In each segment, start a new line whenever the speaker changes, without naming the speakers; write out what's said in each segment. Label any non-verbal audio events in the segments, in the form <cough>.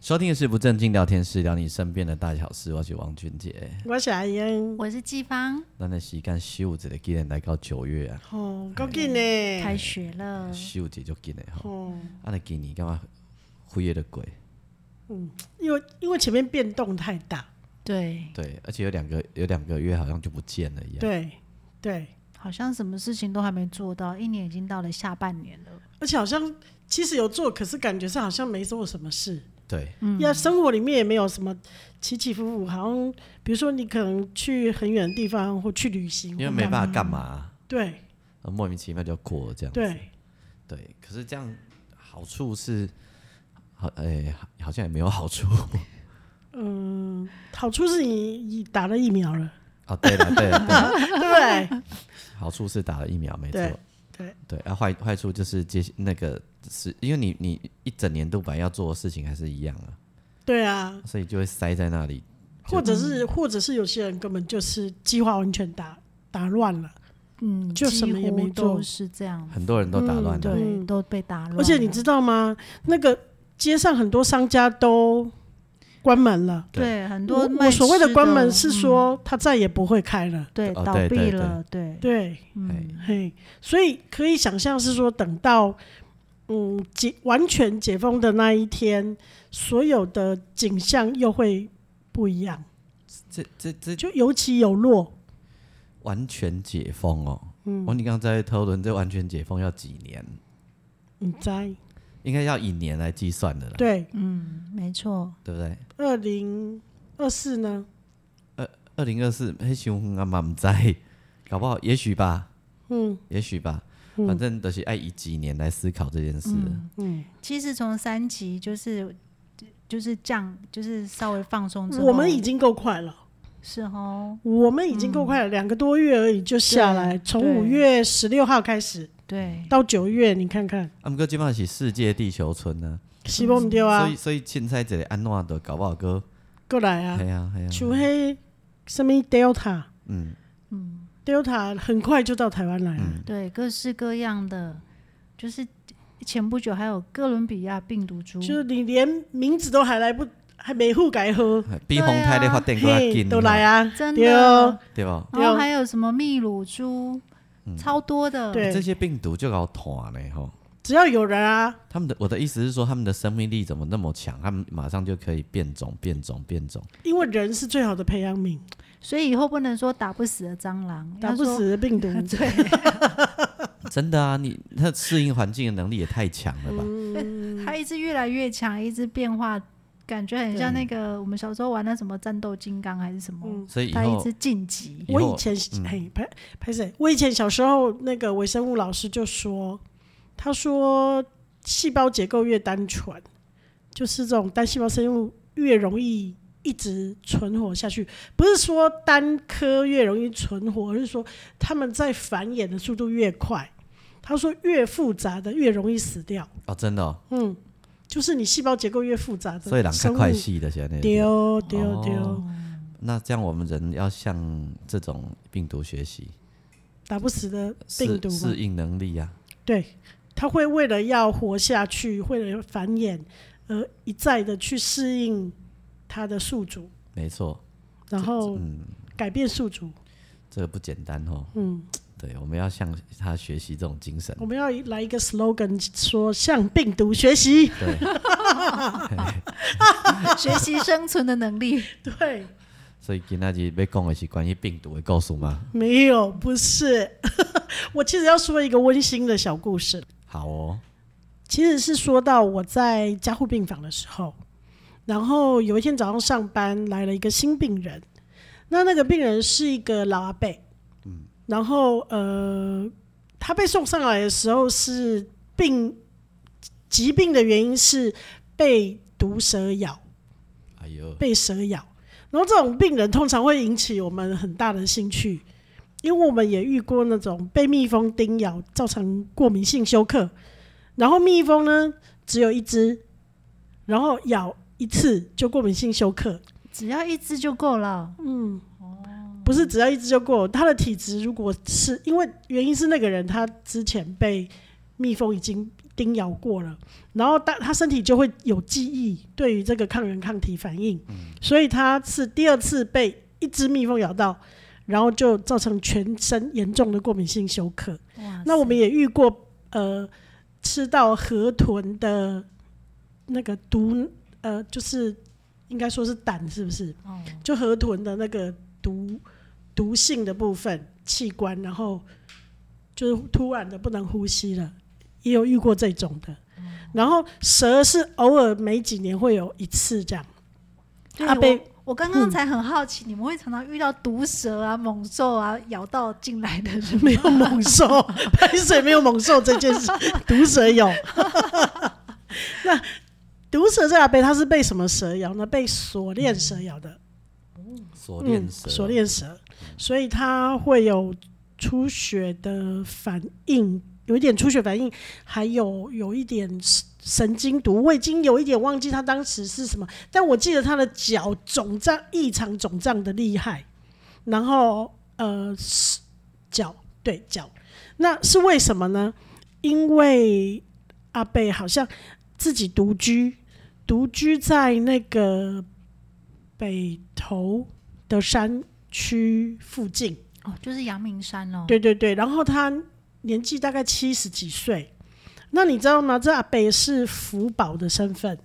收听的是不正经聊天室，聊你身边的大小事。我是王俊杰，
我是阿英。
我是季芳，
咱的时间十五日的，今然来到九月啊，
哦，够紧呢。
开学了，
十五日就近的吼。
嗯哦，
啊，那今年干嘛忽略的鬼？
因为因为前面变动太大，
对，
对，而且有两个有两个月好像就不见了一样。
对对，
好像什么事情都还没做到，一年已经到了下半年了。
而且好像其实有做，可是感觉上好像没做什么事。
对
要生活里面也没有什么起起伏伏，好像比如说你可能去很远的地方或去旅行，
因为
或
没
干嘛
办法干嘛啊、
对
啊莫名其妙就过了这样
嗯
子。
对
对，可是这样好处是，好哎、好好像也没有
<laughs>
好处
好处是你你打了疫苗 <laughs> 了，
啊。对了对了对了，
对不对？
好处是打了疫苗，没错。
对对
对，啊坏坏处就是接那个是因为你你一整年度本来要做的事情还是一样啊，
对啊，
所以就会塞在那里。
或者是或者是有些人根本就是计划完全打打乱了，
嗯，
就什么也没
几乎
做
都是这样，
很多人都打乱了、
对，
嗯
都被打乱了。
而且你知道吗？那个街上很多商家都关门了。
对很
我
多卖
我所谓
吃
的
的
关门是
嗯
说他再也不会开了，
对
哦
倒
对对
闭了，对，
对。
哎
嗯，
嘿，所以可以想象是说，等到嗯解完全解封的那一天，所有的景象又会不一样，
这这这
就有起有落。
完全解封哦。
嗯
我你刚刚在讨论这完全解封要几年？
你
嗯
猜？
应该要以年来计算的啦，
对，
没错，
对不对？
二零二四呢？
二零二四黑熊啊，满在，搞不好也许吧，嗯，也许吧，反正都是爱以几年来思考这件事。
嗯，
其实从三级就是就是降，就是稍微放松嗯之后，
我们已经够快了，
是哦，
我们已经够快了，两个多月而已就下来。
嗯对
从
对嗯
五月十六号开始
对，
到九月，你看看，
啊，毋过即摆是世界地球村啊，
希望丢
所
啊
以，所以凊彩一个安怎都搞不好个，
过来啊，
系啊系
除
啊，
黑什么 Delta。
嗯，
Delta 很快就到台湾来了，
对，各式各样的，就是前不久还有哥伦比亚病毒株，
就是你连名字都还来不，还没覆改喝，
比红太咧发展搁较
啊嘿，
紧，
都来，啊，
真
对哦
的，
对无？
对
然后还有什么秘鲁猪，超多的，
嗯对
这些病毒就搞团嘞吼。
只要有人啊，
他们的我的意思是说，他们的生命力怎么那么强？他们马上就可以变种、变种、变种。
因为人是最好的培养皿，
所以以后不能说打不死的蟑螂，
打
要
不
说
死的病毒。
真的啊，你他适应环境的能力也太强了吧？
嗯
它一直越来越强，一直变化，感觉很像那个我们小时候玩的什么战斗金刚还是什么，
嗯
所以以
它一
后
直晋级。
以
我
后嗯
以前嘿，拍拍谁？我以前小时候那个微生物老师就说，他说细胞结构越单纯，就是这种单细胞生物越容易一直存活下去。不是说单颗越容易存活，而是说他们在繁衍的速度越快。他说越复杂的越容易死掉，
哦，真的、哦，
就是你细胞结构越复杂的
所以人较
生物
快哦死的，现在
丢丢丢，
那这样我们人要向这种病毒学习，
打不死的病
适
毒嘛
适。应能力啊。
对，他会为了要活下去，为了繁衍，而一再的去适应他的宿主，
没错，嗯
然后改变宿主。
这个不简单哦。嗯，对，我们要向他学习这种精神
我。们要来一个 slogan，说向病毒学习。
对，
学习生存的能力。 <laughs>
对，
所以今仔日要讲的是关于病毒的故事吗？
没有，不是。 <laughs> 我其实要说一个温馨的小故事，
好哦，
其实是说到我在加护病房的时候，然后有一天早上上班来了一个新病人，那那个病人是一个老阿伯，然后呃，他被送上来的时候是病疾病的原因是被毒蛇咬，
哎呦，
被蛇咬。然后这种病人通常会引起我们很大的兴趣，因为我们也遇过那种被蜜蜂叮咬造成过敏性休克，然后蜜蜂呢只有一只，然后咬一次就过敏性休克，
只要一只就够了。
嗯，不是只要一只就过。他的体质如果是因为原因是那个人他之前被蜜蜂已经叮咬过了，然后他他身体就会有记忆对于这个抗原抗体反应，
嗯
所以他是第二次被一只蜜蜂咬到，然后就造成全身严重的过敏性休克。
哇
那我
塞
们也遇过呃吃到河豚的那个毒呃就是应该说是胆是不是？
哦
就河豚的那个毒毒性的部分器官，然后就是突然的不能呼吸了，也有遇过这种的。然后蛇是偶尔每几年会有一次这样，
对
阿贝
我我刚刚才很好奇，你们会常常遇到毒蛇啊、猛兽啊咬到进来的人
没
吗？
有猛兽，拍水没有猛兽这件事，毒蛇有。 <laughs> 那毒蛇这阿贝它是被什么蛇咬呢？被锁链蛇咬的。
锁
嗯，
链蛇，嗯
锁链蛇，所以它会有出血的反应，有一点出血反应，还有有一点神神经毒，我已经有一点忘记它当时是什么，但我记得它的脚肿胀异常肿胀的厉害，然后呃是脚对脚，那是为什么呢？因为阿贝好像自己独居，独居在那个北投的山区附近。
<laughs> 哦，就是阳明山哦。
对对对，然后他年纪大概七十几岁。那你知道吗？这阿北是福保的身份，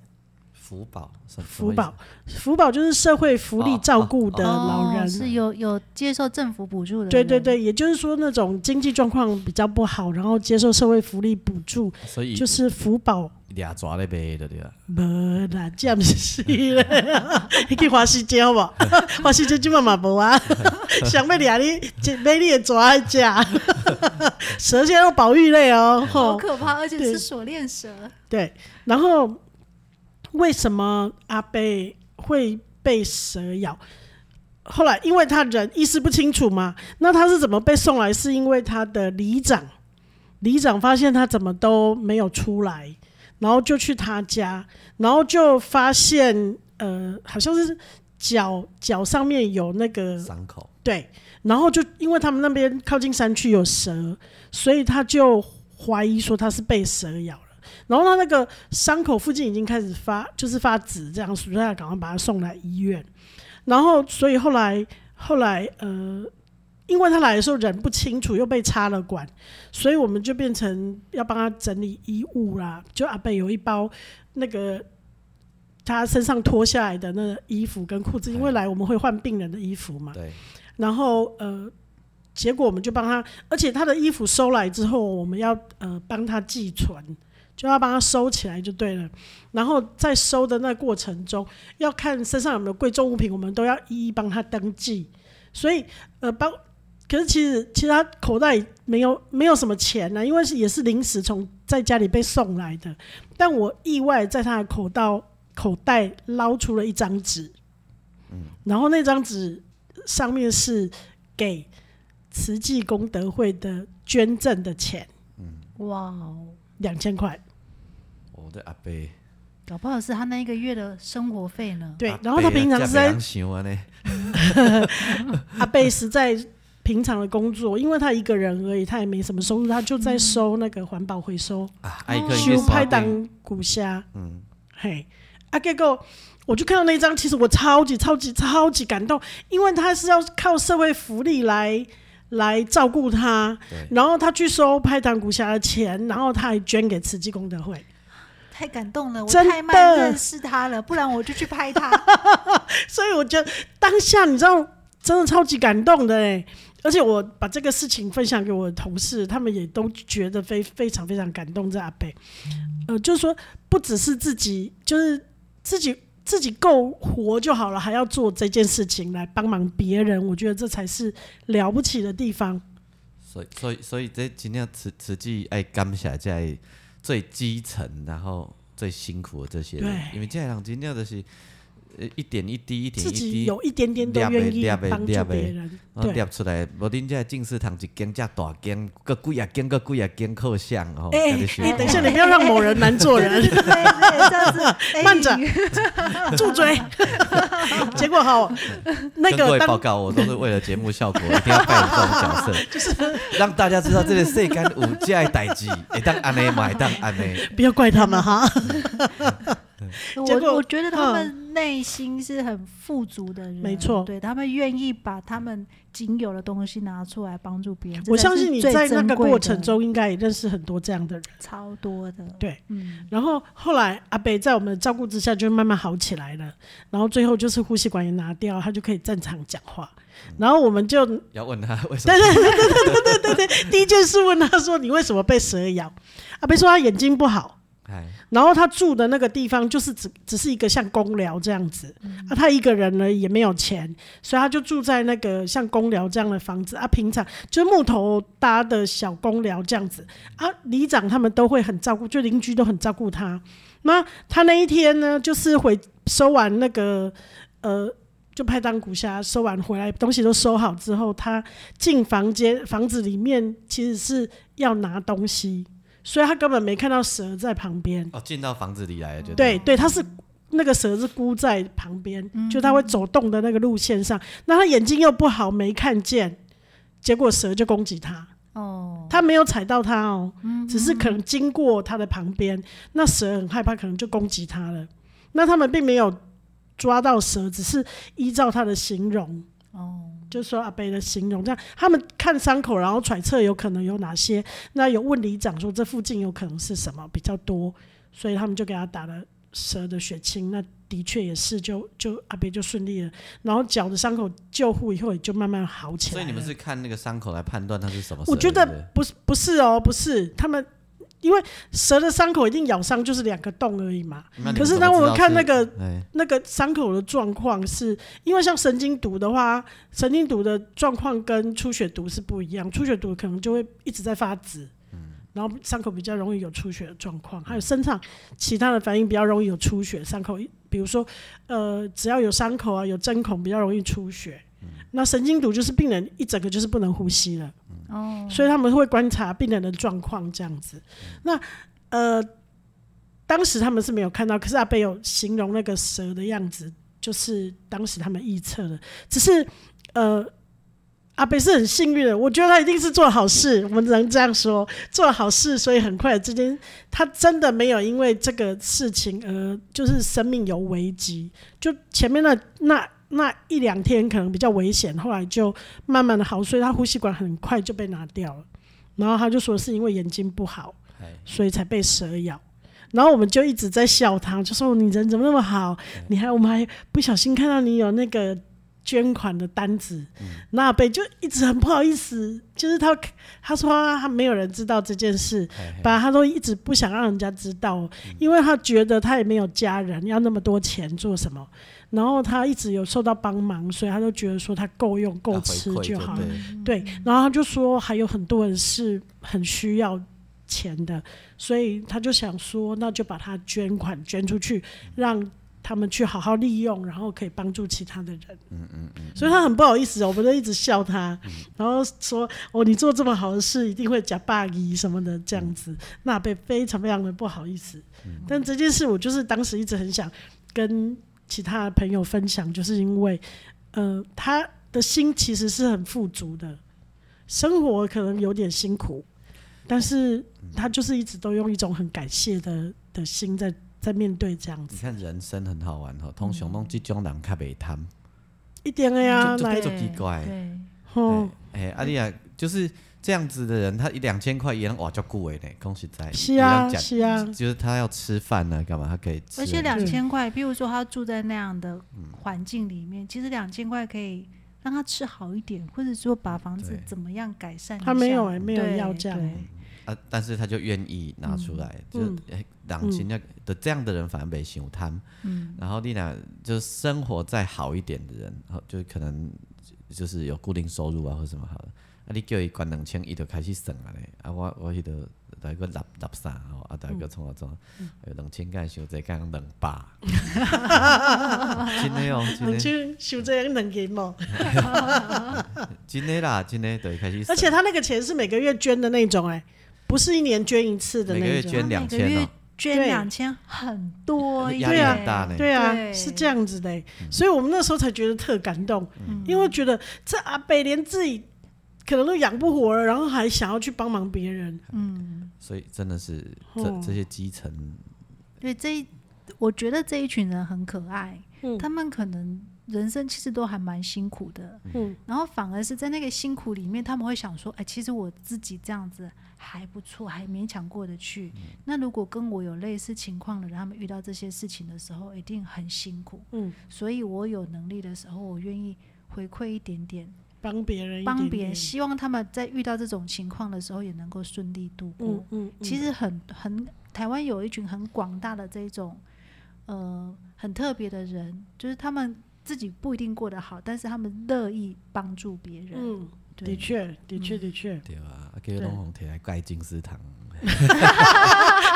福宝，什么
福保，福保就是社会福利照顾的老
哦
人。
是有有接受政府补助的人，
对对对，也就是说那种经济状况比较不好，然后接受社会福利补助，
所以
就是福保
俩抓咧呗的对吧？
无啦，这毋是死咧， <laughs> 你去花西街好 <laughs> 无？花西街即满嘛无啊，想要掠你，一买你的蛇来食。 <laughs> 蛇现在都保育类哦，
好
吼，
可怕，而且
对
是锁链蛇。
对。然后为什么阿贝会被蛇咬？后来因为他人意识不清楚嘛，那他是怎么被送来？是因为他的里长，里长发现他怎么都没有出来，然后就去他家，然后就发现呃，好像是脚脚上面有那个
伤口
对，然后就因为他们那边靠近山区有蛇，所以他就怀疑说他是被蛇咬了。然后他那个伤口附近已经开始发，就是发紫，这样，所以他赶快把他送来医院。然后，所以后来后来呃，因为他来的时候人不清楚，又被插了管，所以我们就变成要帮他整理衣物啦。就阿贝有一包那个。他身上脱下来的那个衣服跟裤子，因为来我们会换病人的衣服嘛，
对，
然后呃，结果我们就帮他，而且他的衣服收来之后，我们要呃帮他寄存，就要帮他收起来就对了。然后在收的那过程中，要看身上有没有贵重物品，我们都要一一帮他登记。所以呃，帮可是其实其实他口袋没有没有什么钱呢、因为是也是临时从在家里被送来的。但我意外在他的口袋口袋捞出了一张纸，然后那张纸上面是给慈济功德会的捐赠的钱，
哇哦，
两千块。
我的哦阿伯，
搞不好是他那一个月的生活费呢。
对
阿，
然后他
伯啊啊
平常
这
是在
不能想啊呢，
阿贝是在平常的工作，因为他一个人而已，他也没什么收入，他就在收那个环保回收，
啊，爱个
修拍档古虾。嗯，嘿，啊，结果我就看到那张，其实我超级超级超级感动，因为他是要靠社会福利来。来照顾他
对，
然后他去收拍档古侠的钱，然后他还捐给慈济功德会，
太感动了，我
真
太慢
的
认识他了，不然我就去拍 <laughs> 他。
所以我觉得当下你知道，真的超级感动的哎！而且我把这个事情分享给我的同事，他们也都觉得非非常非常感动这阿贝。呃，就是说不只是自己，就是自己自己够活就好了，还要做这件事情来帮忙别人，我觉得这才是了不起的地方。
所以所以所以这真正实实际爱感谢在最基层，然后最辛苦的这些人，
对
因为这些人真正就是呃一点一滴，一点
自
一
己
滴，
有一点点都
捏的
愿意
捏的
帮助
捏的
别人，
然后
对。
捏出来。无恁这进士堂一间遮大间，个几啊间，个几啊间靠像吼。
哎、
自己
哎
想
等一下，你不要让某人难做
对对
人， <laughs>
对对，对这样子，哎
慢着住嘴。 <laughs> 结果好，那
跟各
个
位报
当
告，我都是为了节目效果， <laughs> 一定要扮演这种
<laughs>
角色，就是 <laughs> 让大家知道这个世间有这样的代志， <laughs> 会当安尼嘛，会当安尼。
不要怪他们
嗯
哈。结果嗯
我我觉得他们内心是很富足的人，
没错
对他们愿意把他们仅有的东西拿出来帮助别人。
我
这才
相
是
信你
最
在那
珍
个
贵
过
的
程中，应该也认识很多这样的人。
超多的，
对，
嗯，
然后后来阿北在我们的照顾之下，就慢慢好起来了。然后最后就是呼吸管也拿掉，他就可以正常讲话。
嗯
然后我们就 <coughs>
要问他为什么
但？是第一件事问他说：“你为什么被蛇咬？”阿北说他眼睛不好，
哎，
然后他住的那个地方就是只只是一个像公寮这样子，啊，他一个人呢也没有钱，所以他就住在那个像公寮这样的房子啊，平常就是木头搭的小公寮这样子啊，里长他们都会很照顾，就邻居都很照顾他。那他那一天呢，就是回收完那个呃。就拍档骨虾收完回来，东西都收好之后，他进房间，房子里面其实是要拿东西，所以他根本没看到蛇在旁边。
哦，进到房子里来了，就
对对，它是那个蛇是箍在旁边，就它会走动的那个路线上。那他眼睛又不好，没看见，结果蛇就攻击他。
哦，嗯
他没有踩到他哦，只是可能经过他的旁边，那蛇很害怕，可能就攻击他了。那他们并没有抓到蛇，只是依照他的形容，
哦，
就说阿贝的形容这样，他们看伤口，然后揣测有可能有哪些，那有问里长说这附近有可能是什么比较多，所以他们就给他打了蛇的血清，那的确也是就就阿贝就顺利了，然后脚的伤口救护以后也就慢慢好起来
所
了。
以你们是看那个伤口来判断它是什么蛇？
我觉
对不对
得不是不是哦，不是他们，因为蛇的伤口一定咬伤就是两个洞而已嘛。
那你们
可是
怎么
当我
知
们
道
看
是
那个
哎，
那个伤口的状况是，因为像神经毒的话，神经毒的状况跟出血毒是不一样，出血毒可能就会一直在发紫，
嗯
然后伤口比较容易有出血的状况，还有身上其他的反应比较容易有出血伤口，比如说呃，只要有伤口啊，有针孔比较容易出血。
嗯
那神经毒就是病人一整个就是不能呼吸了。
哦，
所以他们会观察病人的状况这样子。那呃，当时他们是没有看到，可是阿贝有形容那个蛇的样子，就是当时他们臆测的。只是呃，阿贝是很幸运的，我觉得他一定是做好事，我们只能这样说，做好事，所以很快之间，他真的没有因为这个事情而就是生命有危机。就前面那那那一两天可能比较危险，后来就慢慢的好，所以他呼吸管很快就被拿掉了。然后他就说是因为眼睛不好，
哎
所以才被蛇咬。然后我们就一直在笑他，就说哦你人怎么那么好？你还我们还不小心看到你有那个捐款的单子，
嗯
那被就一直很不好意思，就是他他说他没有人知道这件事，
哎哎
把他都一直不想让人家知道，
嗯
因为他觉得他也没有家人，要那么多钱做什么？然后他一直有受到帮忙，所以他就觉得说他够用够
要回
吃
馈
就
就
好
对
了。
嗯
对，然后他就说还有很多人是很需要钱的，所以他就想说，那就把它捐款捐出去，让他们去好好利用，然后可以帮助其他的人。嗯嗯所以他很不好意思，我们都一直笑他，然后说：“哦，你做这么好的事，一定会假霸仪什么的这样子。那被非常非常的不好意思。但这件事我就是当时一直很想跟其他的朋友分享，就是因为，呃，他的心其实是很富足的，生活可能有点辛苦，但是他就是一直都用一种很感谢的的心在在面对这样
你
子，
看人生很好玩吼，哦通常拢这种人较袂贪，
一点哎呀，
嗯就
来
这就奇怪
对，
哦，
哎，阿丽啊，就是这样子的人，他一两千块也能哇就顾诶呢，恭喜在，
是啊
他讲
是啊，
就是他要吃饭呢，干嘛他可以吃，啊
而且两千块，譬如说他住在那样的
嗯
环境里面，其实两千块可以让他吃好一点，或者说把房子
对
怎么样改善一下。
他没有哎、没有
对
要这样，
对
啊，但是他就愿意拿出来，
嗯
就哎两千那的这样的人反而被想贪，
嗯，
然后丽娜就是生活再好一点的人，好就可能就是有固定收入啊或什么好的，啊你叫伊管两千，伊就开始省啊嘞，啊我我迄个大概个六六三吼，啊大概个创啊创，哎呦两千干伤济，干两百，真的哦，真
能
的，
去修这样能给吗？
真的啦，真的，对，开始
而且他那个钱是每个月捐的那种、哎，不是一年捐一次的
每个
那
月
种。
捐
他
两
每个
千
月
哦，
捐
对
两千很多耶，
压力很大呢。
对啊，
对
是这样子的、哎所以我们那时候才觉得特感动，因为觉得这阿北连自己可能都养不活了，然后还想要去帮忙别人。
嗯，
所以真的是这
哦
这些基层，
对这一，我觉得这一群人很可爱，
嗯
他们可能人生其实都还蛮辛苦的，
嗯，
然后反而是在那个辛苦里面，他们会想说，哎，其实我自己这样子还不错，还勉强过得去。那如果跟我有类似情况的人，他们遇到这些事情的时候，一定很辛苦。
嗯，
所以我有能力的时候，我愿意回馈一点点，
帮别人一点点，
帮别人，希望他们在遇到这种情况的时候也能够顺利度过。
嗯嗯，嗯
其实很很台湾有一群很广大的这种呃很特别的人，就是他们自己不一定过得好，但是他们乐意帮助别人。
嗯，的
对，
确，的确，的确，
对啊，啊给龙红铁来盖金丝糖， <laughs>
嗯
<laughs>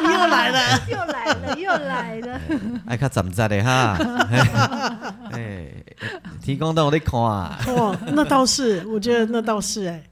又来
<laughs>
了，
<laughs> 又来了，又来了。
爱较站在的哈，
<laughs>
哎，提供到我咧看啊，
哦，那倒是，我觉得那倒是、哎，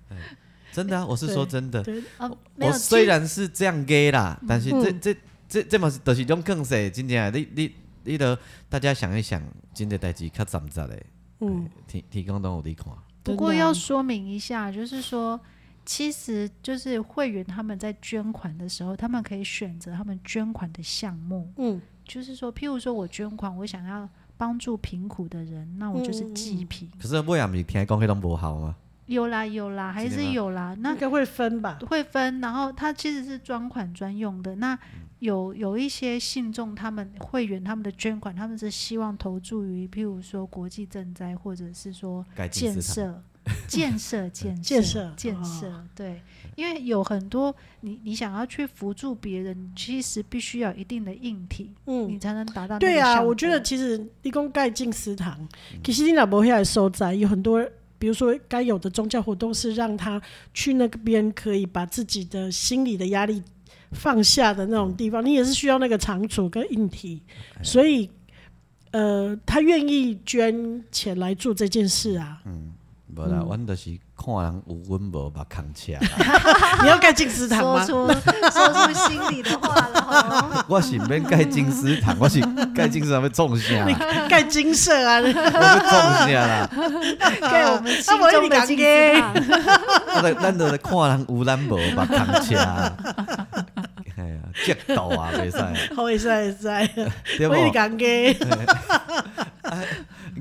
真的啊，我是说真的，
对，
哦，没
我
有，
虽
其实
然是这样给啦，但是这
嗯
这这这嘛是都是一种更势，真正的你你你都大家想一想，真的代志较站在的，
嗯，
提提供到我咧看，
不过
真的啊
要说明一下，就是说。其实就是会员他们在捐款的时候，他们可以选择他们捐款的项目，
嗯
就是说，譬如说我捐款，我想要帮助贫苦的人，那我就是
嗯嗯嗯
济贫。
可是我也不是听讲迄拢无效嘛，
有啦有啦，还
真的
是
吗
有啦。那
那个会分吧，
会分，然后它其实是专款专用的。那
嗯
有有一些信众，他们会员他们的捐款，他们是希望投注于，譬如说国际赈灾，或者是说
盖金
建
丝糖，
设、建
<laughs>
设、建设、
建设哦
建设。对，因为有很多你你想要去扶助别人，其实必须要有一定的硬体，你
嗯，
才能达到那个
对啊，
效
我
果
觉得其实立功盖进食堂，其实你老伯下来收窄，有很多。比如说，该有的宗教活动是让他去那边可以把自己的心理的压力放下的那种地方，你也是需要那个长处跟硬体，所以，呃，他愿意捐钱来做这件事啊。
无啦，
嗯
阮就是看人有阮无目空车啦，
你要盖进食堂
说
吗？
出说出心里的话了哦。
<laughs>
我是免盖金丝糖，我是盖金丝糖要
<laughs>
种啥啦，
盖金色啊，
我要种啥啦。
给我们心中的金字塔。
啊，咱咱就是看人有咱无目空车啊， <laughs> 哎呀，激到啊，袂使，
<laughs> 好会塞塞，
对
我一
无？
讲给，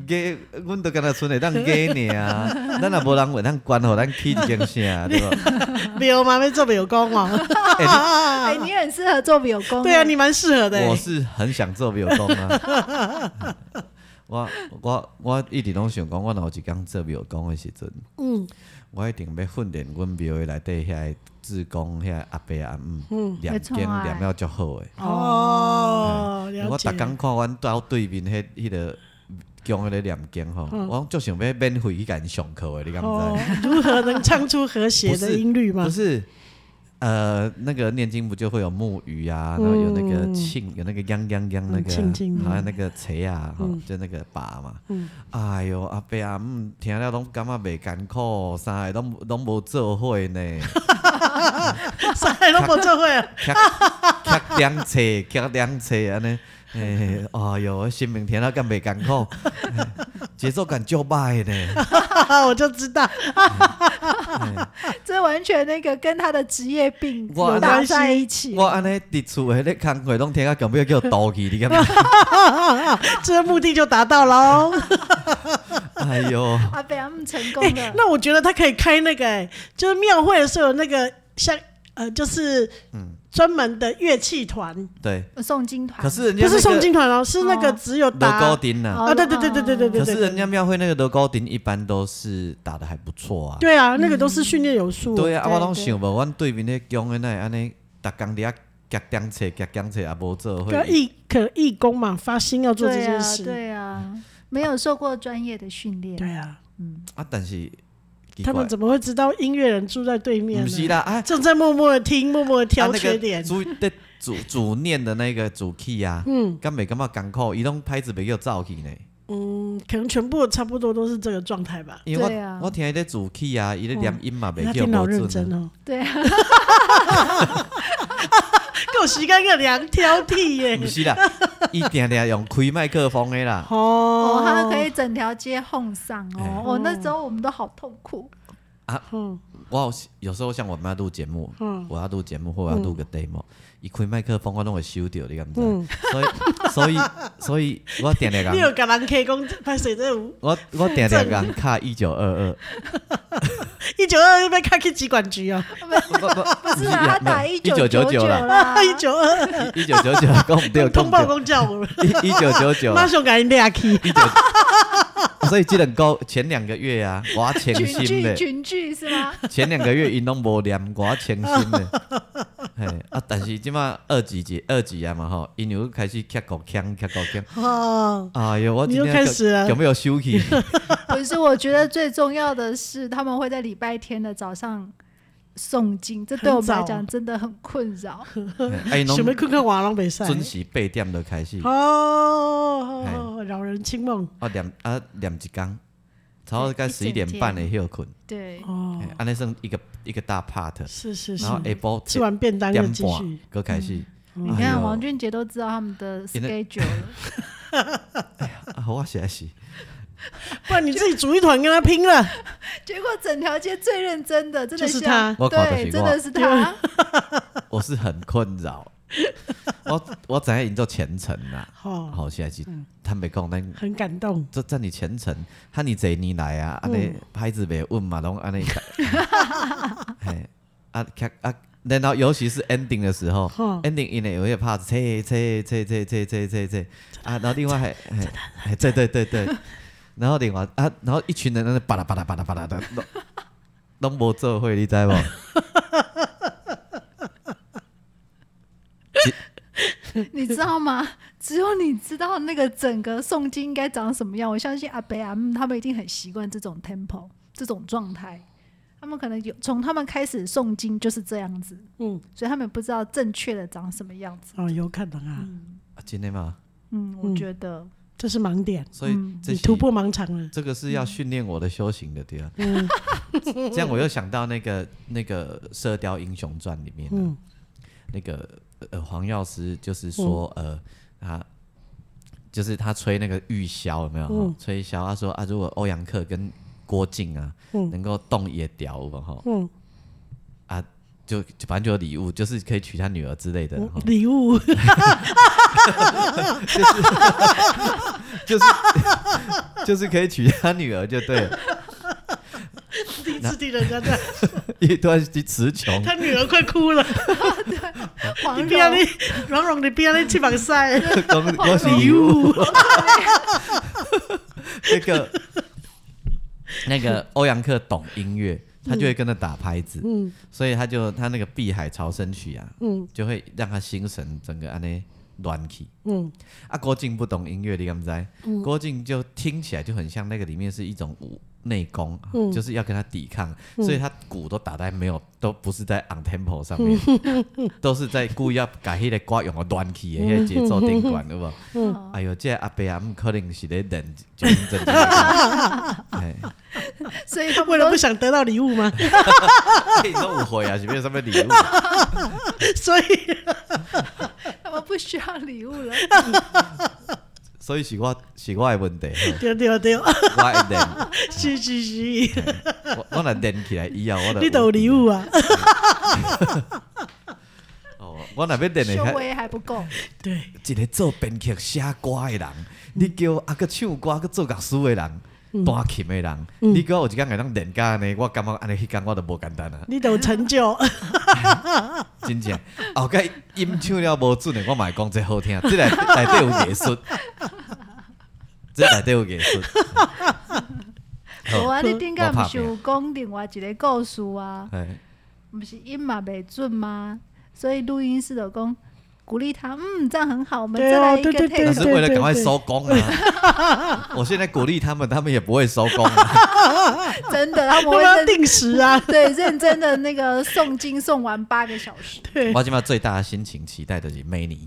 鸡，阮都敢若剩会当鸡尔啊， <laughs> 咱也无人为咱管吼，咱起一间
<laughs>
啥，对
<laughs>
无？
没有吗？没做没有功哦。
<laughs> 哎，你很适合做表功。
对啊，你蛮适合的欸。
我是很想做庙公啊。 <laughs> 我我我一直拢想讲，我若有一天做庙公的时阵，
嗯
我一定要训练阮庙的内底遐的志工遐的阿伯阿姆，念经
要创啊
念了足好诶。
哦，了
我
解
逐。工看阮到对面迄迄个强迄个念经吼，我讲足想要免费去甲因上课诶，你敢
嗯哦
毋，
如何能唱出和谐的音律
知？哎不
<laughs> 吗？
是，呃，那个念经不就会有木鱼啊，然后有那个磬，有那个央央央那
嗯
个
磬磬，
还有那个锤啊，
嗯
吼，就那个把嘛。哎哟，阿伯啊，姆听了拢感觉袂艰苦，啥个拢拢无做伙呢，
啥都不做会啊。 <laughs>
磕两车，磕两车安尼。哎，哎哟，我心明听了敢袂艰苦， <laughs> 节奏感足歹呢。哎
我就知道，
这完全那个跟他的职业病
我
有搭在一起。
我安尼伫厝诶，咧工课拢听到根本叫我倒去，你敢知？
这目的就达到哦喽。
哎哟，
阿北他们成
<laughs>
功
哎
了，
那我觉得他可以开那个，哎，就是庙会的时候有那个像呃，就是
嗯
专门的乐器团，
对，
诵经团。
可是人家
不是
那
诵
个
经团哦，是那个
哦
只有
锣鼓
打
丁呐，
啊，对对对对对对对
可
对。
是人家庙会那个锣鼓丁一般都是打的还不错啊。
对啊，那个都是训练有素。
对啊，
对
我拢想无，阮对面迄宫诶，那安尼，逐工伫遐夹点册、夹点册也无做
可
会。
啊义可义工嘛，发心要做这
对
件
啊，
事。
对啊，没有受过专业的训练。
对啊，
嗯，
啊，但是奇
他
怪
们。怎么会知道音乐人住在对面
不是
呢？
啦， <laughs> 啊，
正在默默的听，默默的
啊
挑
那
缺
个
点。
主的
<laughs>
主主念的那个主 key 啊，嗯，敢袂感觉艰苦，伊拢拍子袂叫走去呢。
嗯，可能全部差不多都是这个状态吧。
因为
对
我、
啊
我听伊咧主 key 啊，伊咧念音嘛
他
袂叫
听得好认
无准
真
啊。
哦，
对啊，
<laughs> 够时间个量挑剔
毋
耶。
是啦，伊定定用开麦克风的啦，
哦
哦，他可以整条街哄上
哎
哦。我那时候我们都好痛苦，
我有时有时候像我们要录节目，
嗯
我要录节目或者要录个 demo，伊、开麦克风我拢会收着，你敢知？
嗯
所以所以所以我定定
<laughs> 你有
讲，
跟人客讲，拍水这有
我我定定讲卡一九二二，
一九二被卡去机管局哦，
不不不
不是啊，他打一九九九
九啦，
啦，
<laughs> 一九二
一九九九讲毋对，
<laughs> 通报公叫我，
<laughs> 一九九九，啊
马上给你俩去。
<laughs> 所以这两个前两个月啊，我清
群
心
聚
的。
群聚是吗？ <laughs>
前两个月因拢无念我清心的， <laughs> 嘿啊！但是即马二级节二级啊嘛吼，因又开始卡口腔卡口腔，
哦，
哎哟，我
你
今
又
天
开始啊了
有没有
<laughs>
休息？
不是，我觉得最重要的是，他们会在礼拜天的早上诵经，这对我们来讲真的很困扰。
哎，
想要
侬
困困瓦拢袂使。
准时八点就开始，
哦，好
哎
扰人清梦
啊念啊念一工，差不多该
一
十一
整
点
天
半的休困，
对，
哦
嘿，安尼算一个一个大 part，
是是是
然后，下晡
吃完便当就
点
继续嗯
半。搁开始，
你
哎
看
呦
王俊杰都知道他们的
因为
schedule 了，
啊我实在是，
不然你自己组一团跟他拼了。
结果整条街最认真的，真的
就是
像
他我看就
对，
是我
真的是他。
我是很困
<laughs>
扰，我我知影因做虔诚啦，
哦，
好实在是坦白讲咱。
很感动。
这这你虔诚，哈你这年来啊，
嗯
安尼拍子袂稳嘛，拢
<laughs>
安尼。 <laughs> 嘿，啊咔啊，然后尤其是 ending 的时候
吼
，ending 因为有些拍子，切切切切切切切切，啊，然后另外还，嘿嘿对对对对，然后另外啊，然后一群人在那巴拉巴拉巴拉巴拉的，拢拢无做伙，你
<laughs>
知啊无？
你知道吗？只有你知道那个整个诵经应该长什么样。我相信阿北阿姆他们一定很习惯这种 tempo 这种状态，他们可能有从他们开始诵经就是这样子，
嗯，
所以他们不知道正确的长什么样子。
哦，有可能啊，
啊真的嘛，
嗯，我觉
<laughs>
得
这是盲点，
所以这
嗯你
是
突破盲场了。
这个是
嗯
要训练我的修行的，对啊。 <laughs> 这样我又想到那个那个《射雕英雄传》里面、啊
嗯
那个呃黄药师，就是说、
嗯
呃他就是他吹那个玉箫有没有？
嗯
吹箫，他说啊，如果欧阳克跟郭靖啊、
嗯
能够动也屌我哈，啊
嗯，
就就反正就有礼物，就是可以娶他女儿之类的哦哈。
哦礼
<laughs>
物
就是 <laughs> 就是可以娶他女儿就对了，
第一次听人家这样，
一段词穷。
他女儿快哭
<laughs>
了。
黄
你
蓉
不要你，蓉蓉，你不要你翅膀
<laughs>
晒。
恭恭喜礼物。 <laughs> 那个那个欧阳克懂音乐，他就会跟着打拍子，
嗯
所以他就他那个《碧海潮生曲》啊，
嗯
就会让他心神整个安尼乱起。
嗯，
啊，郭靖不懂音乐，你敢不知？郭靖就听起来就很像那个里面是一种武内功，
嗯
就是要跟他抵抗，所以他鼓都打在没有，都不是在 on tempo 上面，都是在故意要改迄个歌用个乱起的迄个节奏顶管，对无？
嗯
哎哟，这个阿伯阿姆可能是咧认就认真哎，
所以他
为
们
了
都
不想得到礼物吗？
你都误会啊，是不是什么礼物？
所以
他们不需要礼物了。
所以是我是我的问题，吼
对对
<laughs>
对，
我会练，
是是
<laughs>
是，
我我若练起来以后，我就
你都有礼物
<laughs>
啊？
哦，我若要练的
修
较。
为还不够，
对，
一个做编曲写歌的人，你叫啊个唱歌个做乐师的人，弹琴的人，你叫我有一天会当练家呢，我感觉安尼迄天我都无简单啊，
你都有成
<laughs>
就。
真正。后盖音唱了无准的，我嘛会讲这好听，啊这内内底有艺术，这内底有艺
<laughs>
术。
我啊，
嗯
你顶个
我怕
不是有讲另外一个故事啊？
哎，
不是音嘛袂准吗？所以录音室的工鼓励他，嗯，这样很好，我们
对
再来
哦
一个
对对
take
对
那是为了赶快收工啊！我现在鼓励他们，他们也不会收工啊。
真的，他
要
们会
不要
认
定时啊？
对认真的那个诵经诵完八个小时。
<laughs> 对，
我今麦最大的心情期待就是每年，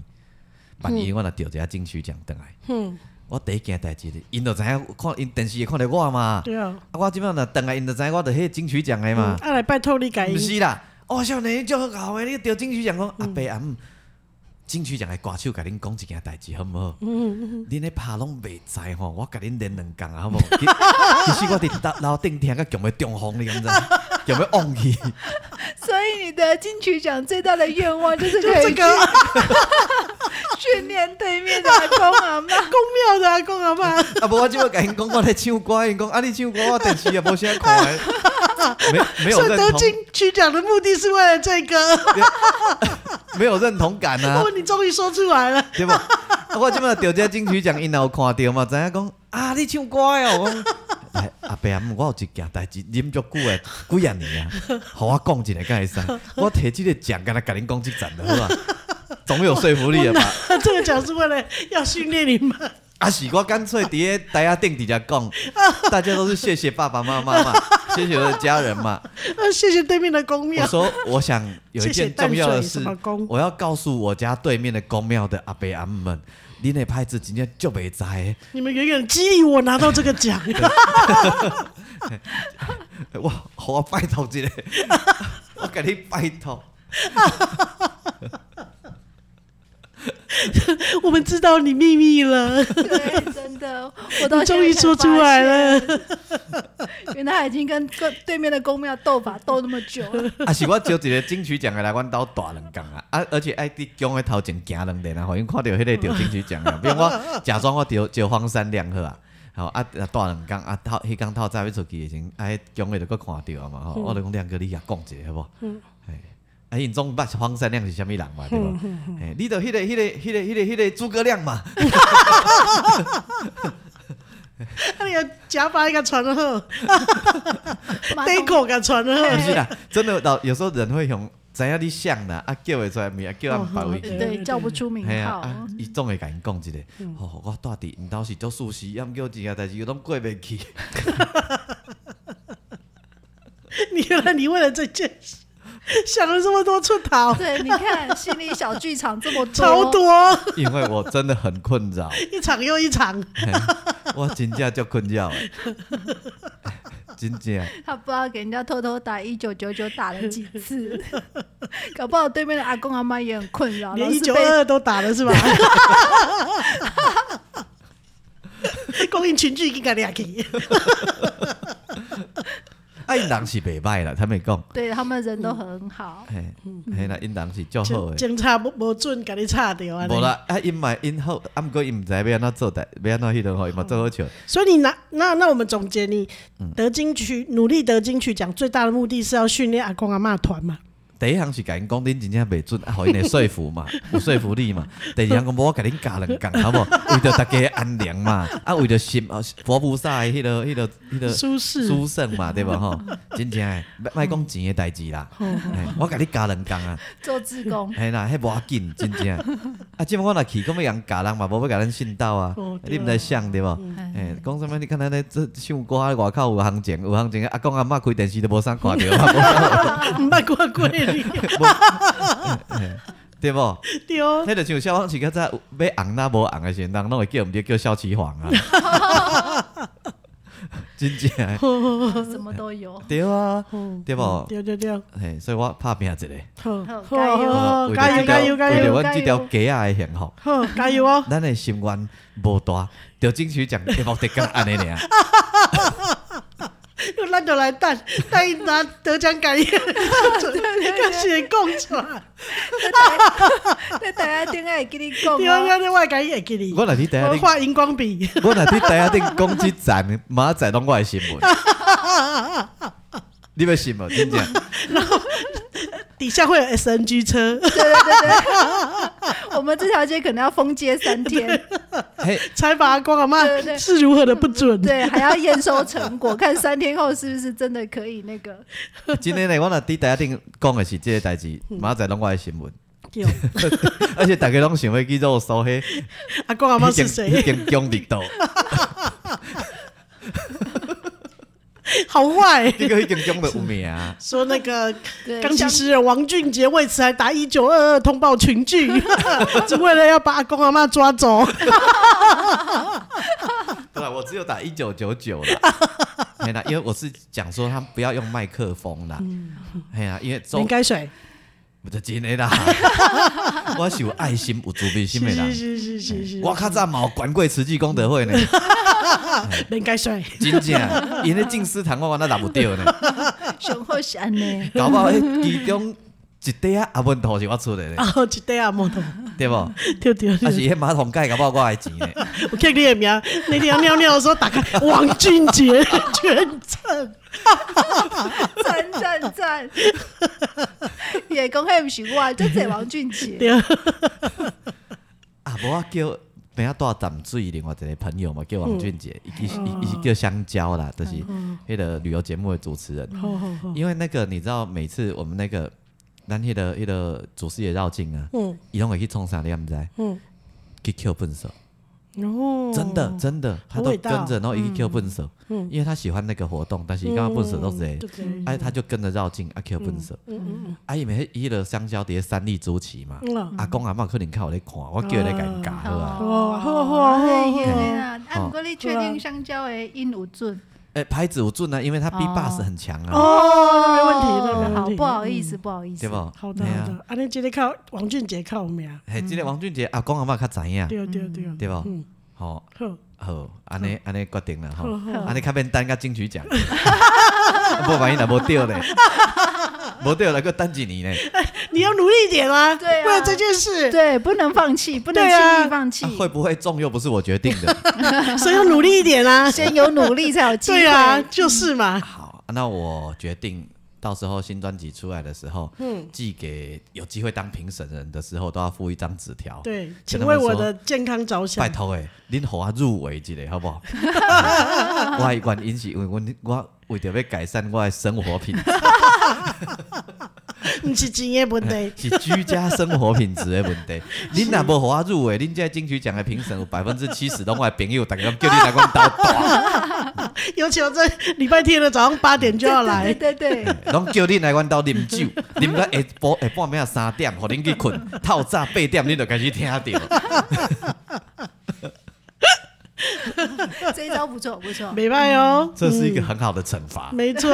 万一我若得一个金曲奖回来，
嗯，
我第一件代志，因就知影看因电视会看着我嘛。
对啊，
啊，我即摆若回来，因就知影我得迄金曲奖的
嗯
嘛。
啊来拜托你改
毋
音，
是啦，哦，少年你足好诶，你得金曲奖讲阿啊伯阿姆，嗯金曲奖的歌手甲恁讲一件代志好毋好？恁咧拍拢袂知吼，我甲恁连两工啊，好无？其其实我伫楼楼顶听甲强要中风，你敢知？强要忘去，
所以你的金曲奖最大的愿望就是
就
可
这
以
个啊
训练对面的阿公阿妈。
啊公庙的阿公阿爸，
啊，无我即摆甲因讲我咧唱歌，因讲啊你唱歌，我电视也无啥看的，没没有
所以得
认同，啊
金曲奖的目的是为了这个。
没有认同感
<laughs>
啊
哦，，你终于说出来了，
对无？ <laughs> 啊我即摆得这金曲奖，因也有看着嘛，知影讲啊你唱歌哦，我讲。哎阿伯阿姆，我有一件代志，啉足久诶，几啊年啊， <laughs> 互我讲一个敢会使？我摕即个奖，敢若甲恁讲即阵的好啊，总有说服力的吧？
<laughs> 这个奖是为了要训练你们。
啊，是我干脆伫咧台下顶底下讲，大家都是谢谢爸爸妈
<laughs>
妈嘛，谢谢我的家人嘛。
呃，谢谢对面的公
我
庙，
说，我想有
谢
一
谢
件
淡
重要的
水什
事
么公，
我要告诉我家对面的公庙的阿伯阿姆们，恁的牌子今天就袂知的，
你们远远激励我拿到这个奖。
我互我啊拜托一下， <laughs> 我甲你拜托。
<laughs> 我们知道你秘密了，
对，真的，我到
你
现在
终于
才
说
发
出来了
现。。原来他已经跟跟对面的公庙斗法斗那么久
<laughs>
了，
啊，是我招一个金曲奖的来阮兜大两工啊，啊，而且爱伫姜的头前行两遍啊，互因看到迄个得金曲奖 <laughs> 啊，比如我假装我得得荒山亮好啊，吼啊啊大两工啊，透迄工透早要出去的时阵，啊，迄姜的就搁看到啊嘛，吼，我就讲亮哥你也讲一下好无？嗯，啊，因总捌荒山亮是啥物人嘛，对无？哎，你著迄个迄个迄个迄个迄个诸葛亮嘛，
那你的假发给传了后，
马
内
桶
裤给传了
不
后，
<laughs>
是
啊
啦， <laughs> 真的到有时候人会用知影你像啦，啊叫会出来名，啊叫俺别位去。
对叫不哦出名
系啊，
号，嗯
啊，伊总会甲因讲一个，吼、我住伫因兜是足舒适，要毋叫一件代志拢过袂去， <laughs>
你原来你为了这件事想了这么多出
<laughs>
逃，
对，你看心理小剧场这么多，
超多，
因为我真的很困
<laughs>
扰，
一场又一场。
我真正足困扰的， <laughs> 真正
他不知道给人家偷偷打一九九九打了几次， <laughs> 搞不好对面的阿公阿妈也很困扰，
连
老
一
是
九
被
二二都打了是吧？ <laughs> 公益群聚应该俩起，
<laughs> 哦啊，因人是袂歹啦，他们讲，
对他们人都很好，
嘿，
嗯
嘿啦，因人是足好
警
诶。
警察无无准给你插掉啊！
无哎啦，啊，因嘛因好，啊，毋过因毋知要安怎做代，要安怎迄落吼，伊嘛做好笑。
所以你拿那那我们总结，你
嗯
得金曲努力得金曲奖最大的目的是要训练阿公阿嬷团嘛？
第一项是甲因讲恁真正袂准，啊，互因来说
<laughs>
服嘛，有说服力嘛。第二项讲无我甲恁教两讲，好无？为着大家的安宁嘛，啊，为着心啊佛菩萨的迄落迄落迄落
舒适
殊胜嘛，对无
<laughs>
吼？真正诶，莫莫讲钱诶代志啦。嘿我甲你教两讲啊，
做志
<laughs>
工，
嘿啦，迄无要紧，真正。啊，即摆我若去，讲要人教人嘛，无要甲咱信道啊
哦，对啊
你
嗯
毋知想对无？
哎
诶，讲啥物？你看咱咧这唱歌外口有行情，有行情，啊阿公阿嬷开电视都无啥看
<laughs>
着嘛，
唔捌看过你，
<laughs> 对无？
对哦，
迄就像消防是较早买红那无红的时阵，人拢会叫毋对叫萧启煌啊， <laughs> 真正的
什么都有。
对啊，对
嗯
无？
对对对，
嘿，所以我拍拼一个，
好，
好
好
加油
好
啊为
哦加
着
油
这条
加油加
为
油，
着阮即条街仔的幸福，
好加油
<laughs>
哦！
咱的心愿无大，着争取奖一目的干安尼尔， <laughs>
又咱就来等，等伊拿得奖感
<laughs>
言， <laughs> 跟谁讲出
啊
来？
在大家顶下会跟你讲
对啊，
哦，
那我感会给你，
我若伫台下
我
顶，
画荧光笔， <laughs>
我若伫台下顶讲即站，明仔载拢我的新闻， <laughs> 你要信无？真正，
底下会有 SNG 车， <laughs>
对对对对，我们这条街可能要封街三天，
嘿，
才把阿公阿妈
对对对
是如何的不准。
对，还要验收成果，看三天后是不是真的可以那个。
<laughs>
真诶呢，我若伫台下顶讲的是即个代志，
嗯
明仔载拢我的新闻。
<laughs>
<laughs>
对，
而且大家拢想要去肉搜迄
阿公 <laughs> 阿妈是谁？
迄间姜伫倒，
<laughs>
好坏。
你个已经讲的有名啊，
<laughs> 说那个
对
钢琴诗人王俊杰为此还打一九二二通报群
<laughs>
聚，只为了要把阿公阿妈抓走。
对啊，我只有打一九九九了，
<laughs>
嘿啦，因为我是讲说他们不要用麦克风啦，嘿啦，因为
嗯应
中
该水，
不是真
<laughs>
的啦，我是有爱心有慈悲心的
是
啦，
是是是是是，
我较早嘛有管过慈济功德
<laughs>
会呢，
应该
<laughs>
水。
真正，因咧进师堂我我那拿不掉呢，？
雄厚安呢
<laughs>
搞不好那其中一块啊阿文头是我出的呢，
啊，一对啊，
<laughs>
摩托，
对不？啊
对对对
是，迄马桶盖搞不好我的钱
<laughs>
呢，
我看你的名，那天要尿尿的时候打开王俊杰 <laughs> 全称，
赞赞赞！ <laughs> 也讲迄毋是我，就这王俊杰。
对，
啊无我叫。等下带淡水另外一个朋友嘛，叫王俊杰，
嗯
伊伊
哦
伊是叫香蕉啦，就是迄个旅游节目的主持人。
好好好，
因为那个你知道，每次我们那个咱迄个迄个主视野绕境啊，
嗯
伊拢会去冲啥，你敢不知？
嗯，
去 Q 笨手，
哦，
真的真的，他
好
都
伟
跟
大哦
着，然后一 Q 笨手，
嗯
因为他喜欢那个活动，但是伊刚刚笨手都是哎
就，这样
哎他就跟着绕境啊 Q 笨手，啊伊每伊了香蕉碟三粒竹旗嘛，
嗯啦，
阿公阿嬷可能看我咧看，我叫咧尴尬好啊，
哦好好好好
哎
好
呀
哦
啊，
好
不过你确定香蕉的音有准？
哎牌子有准啊，因为他 B
哦
bus 很强啊，
哦，没问题的，
哦
没
好
问，题，
不好意思，不好意思。
对不？
好的
嘿啊
好的，啊，你今天靠王俊杰靠我们啊，
嘿，今个王俊杰阿公阿嬷较知影，
对对对，
对不？
嗯，
吼。
好，
好，安尼安尼决定了吼
好好，
安尼较免等甲金 <laughs> 曲奖，无万一若无对
<laughs>
咧，无对了，搁等一年咧，
你要努力一点啊，
对啊
为了这件事，
对，不能放弃，不能
对啊
轻易放弃
啊，会不会中又不是我决定的。
所以要努力一点啊，
先有努力才有机会。
对啊，就是嘛，
好，那我决定到时候新专辑出来的时候，嗯，寄给有机会当评审人的时候，都要附一张纸条。，
对，
跟
请
他们
为我
说
的健康着想
拜，托诶，恁互我入围一个好不好？我的原因是因为阮我为着要改善我的生活品质，。
不是钱的问题
是居家生活品质的问题。恁若无互我入围，恁这金曲奖的评审有百分之七十拢我的朋友，逐个叫你来阮兜住，
尤其我这礼拜天的早上八点就要
对
来，
对对，
拢叫恁来阮兜啉酒，啉到下晡下半暝啊三点，互恁去困，透早八点恁就开始听着。
这一招不错不错。
没办哦，
这是一个很好的惩罚。
嗯
啊
没错，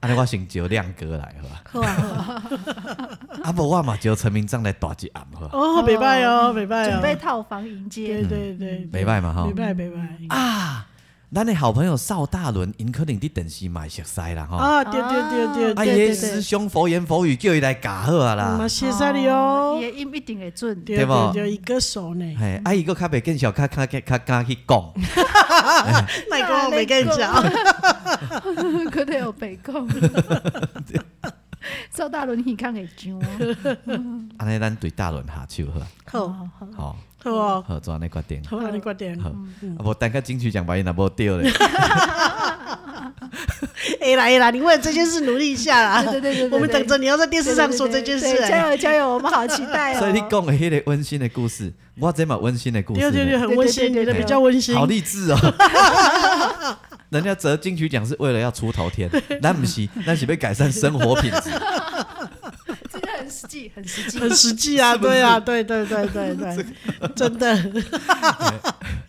安尼我先招亮哥来好吧？
好啊好啊，
啊无我嘛招陈明章来大一暗好吧？
哦，没办哦，没办
准备
哦，
套房迎接
对。对对，
袂歹嘛吼
没。办没办
啊，咱的好朋友邵大伦，因可能伫电视嘛会熟悉啦吼。
啊，对对对对
哦
对，嗯
对
啊，伊
对
的师兄佛言佛语叫伊来教好啊啦。
嘛谢谢你哦，
也一一定会准。
对
对
对
不
对，一个手呢，
嘿，啊，伊个较袂见笑，较较较较敢去讲，
嗯那个我没跟你讲，
可能有北控。邵大伦，你看会上啊！
安尼咱对大轮下手好吧，
好，
好好
好，
好哦，
好，做安尼决定，
好，嗯让你快点
好，啊，无等下金曲奖把伊若无掉咧，
哎啦哎啦，你为了这件事努力一下啦，
对对对对对
我们等着你要在电视上说这件事
对对，对对
哎
加油加油，我们好期待
啊
哦！
所以你讲的迄个温馨的故事，我这嘛温馨的故事
对
呢，
对对，很温馨，你的比较温馨，
好励志哦。
<laughs>
人家得金曲奖是为了要出头天，咱不是，咱是要改善生活品
<laughs>
质，
这个很实际，很实际。
很实际
<laughs>
啊，
是不是
对啊，对对对对对，真的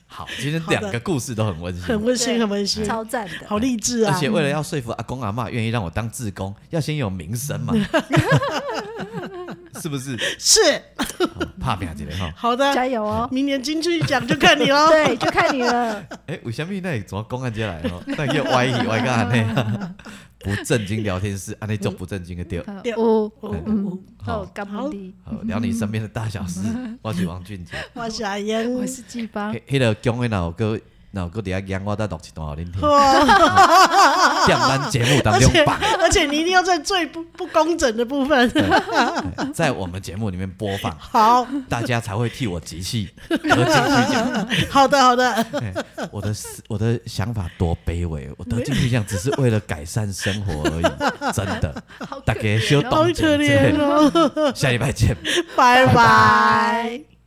好，今天两个故事都很温馨
很。温馨，
对
很温馨，
超赞的，
好励志
而
啊！
且为了要说服阿公阿妈愿意让我当志工，要先有名声
<laughs>
嘛，是不是？
是
好怕命一个吼。
好的，
加油哦！
明年金曲奖就看你喽。
<laughs> 对，就看你 <laughs> 了。
哎、为什么那会怎么讲安这来吼？那叫歪去歪个
<laughs>
安尼，不正经聊天室，安尼做不正经的对。
对
五
哦哦
好，
好，
感恩你，
好聊你身边的大小事。
嗯
我是王俊杰，
我是阿英，
我是季芳
迄，迄个姜的老哥，老哥底下讲我再录一段互恁听，
哇
<laughs> 踮咱节目当
而
中
且
放，
而且你一定要在最不不工整的部分。
哎在我们节目里面播放，
好
大家才会替我集气得金曲奖。
好的好的，
哎我的思我的想法多卑微，哦我得金曲奖只是为了改善生活而已，真的。
好可哦
大家小
好
懂
可
之
怜
类的，
哦，
下礼拜见。
拜拜
拜。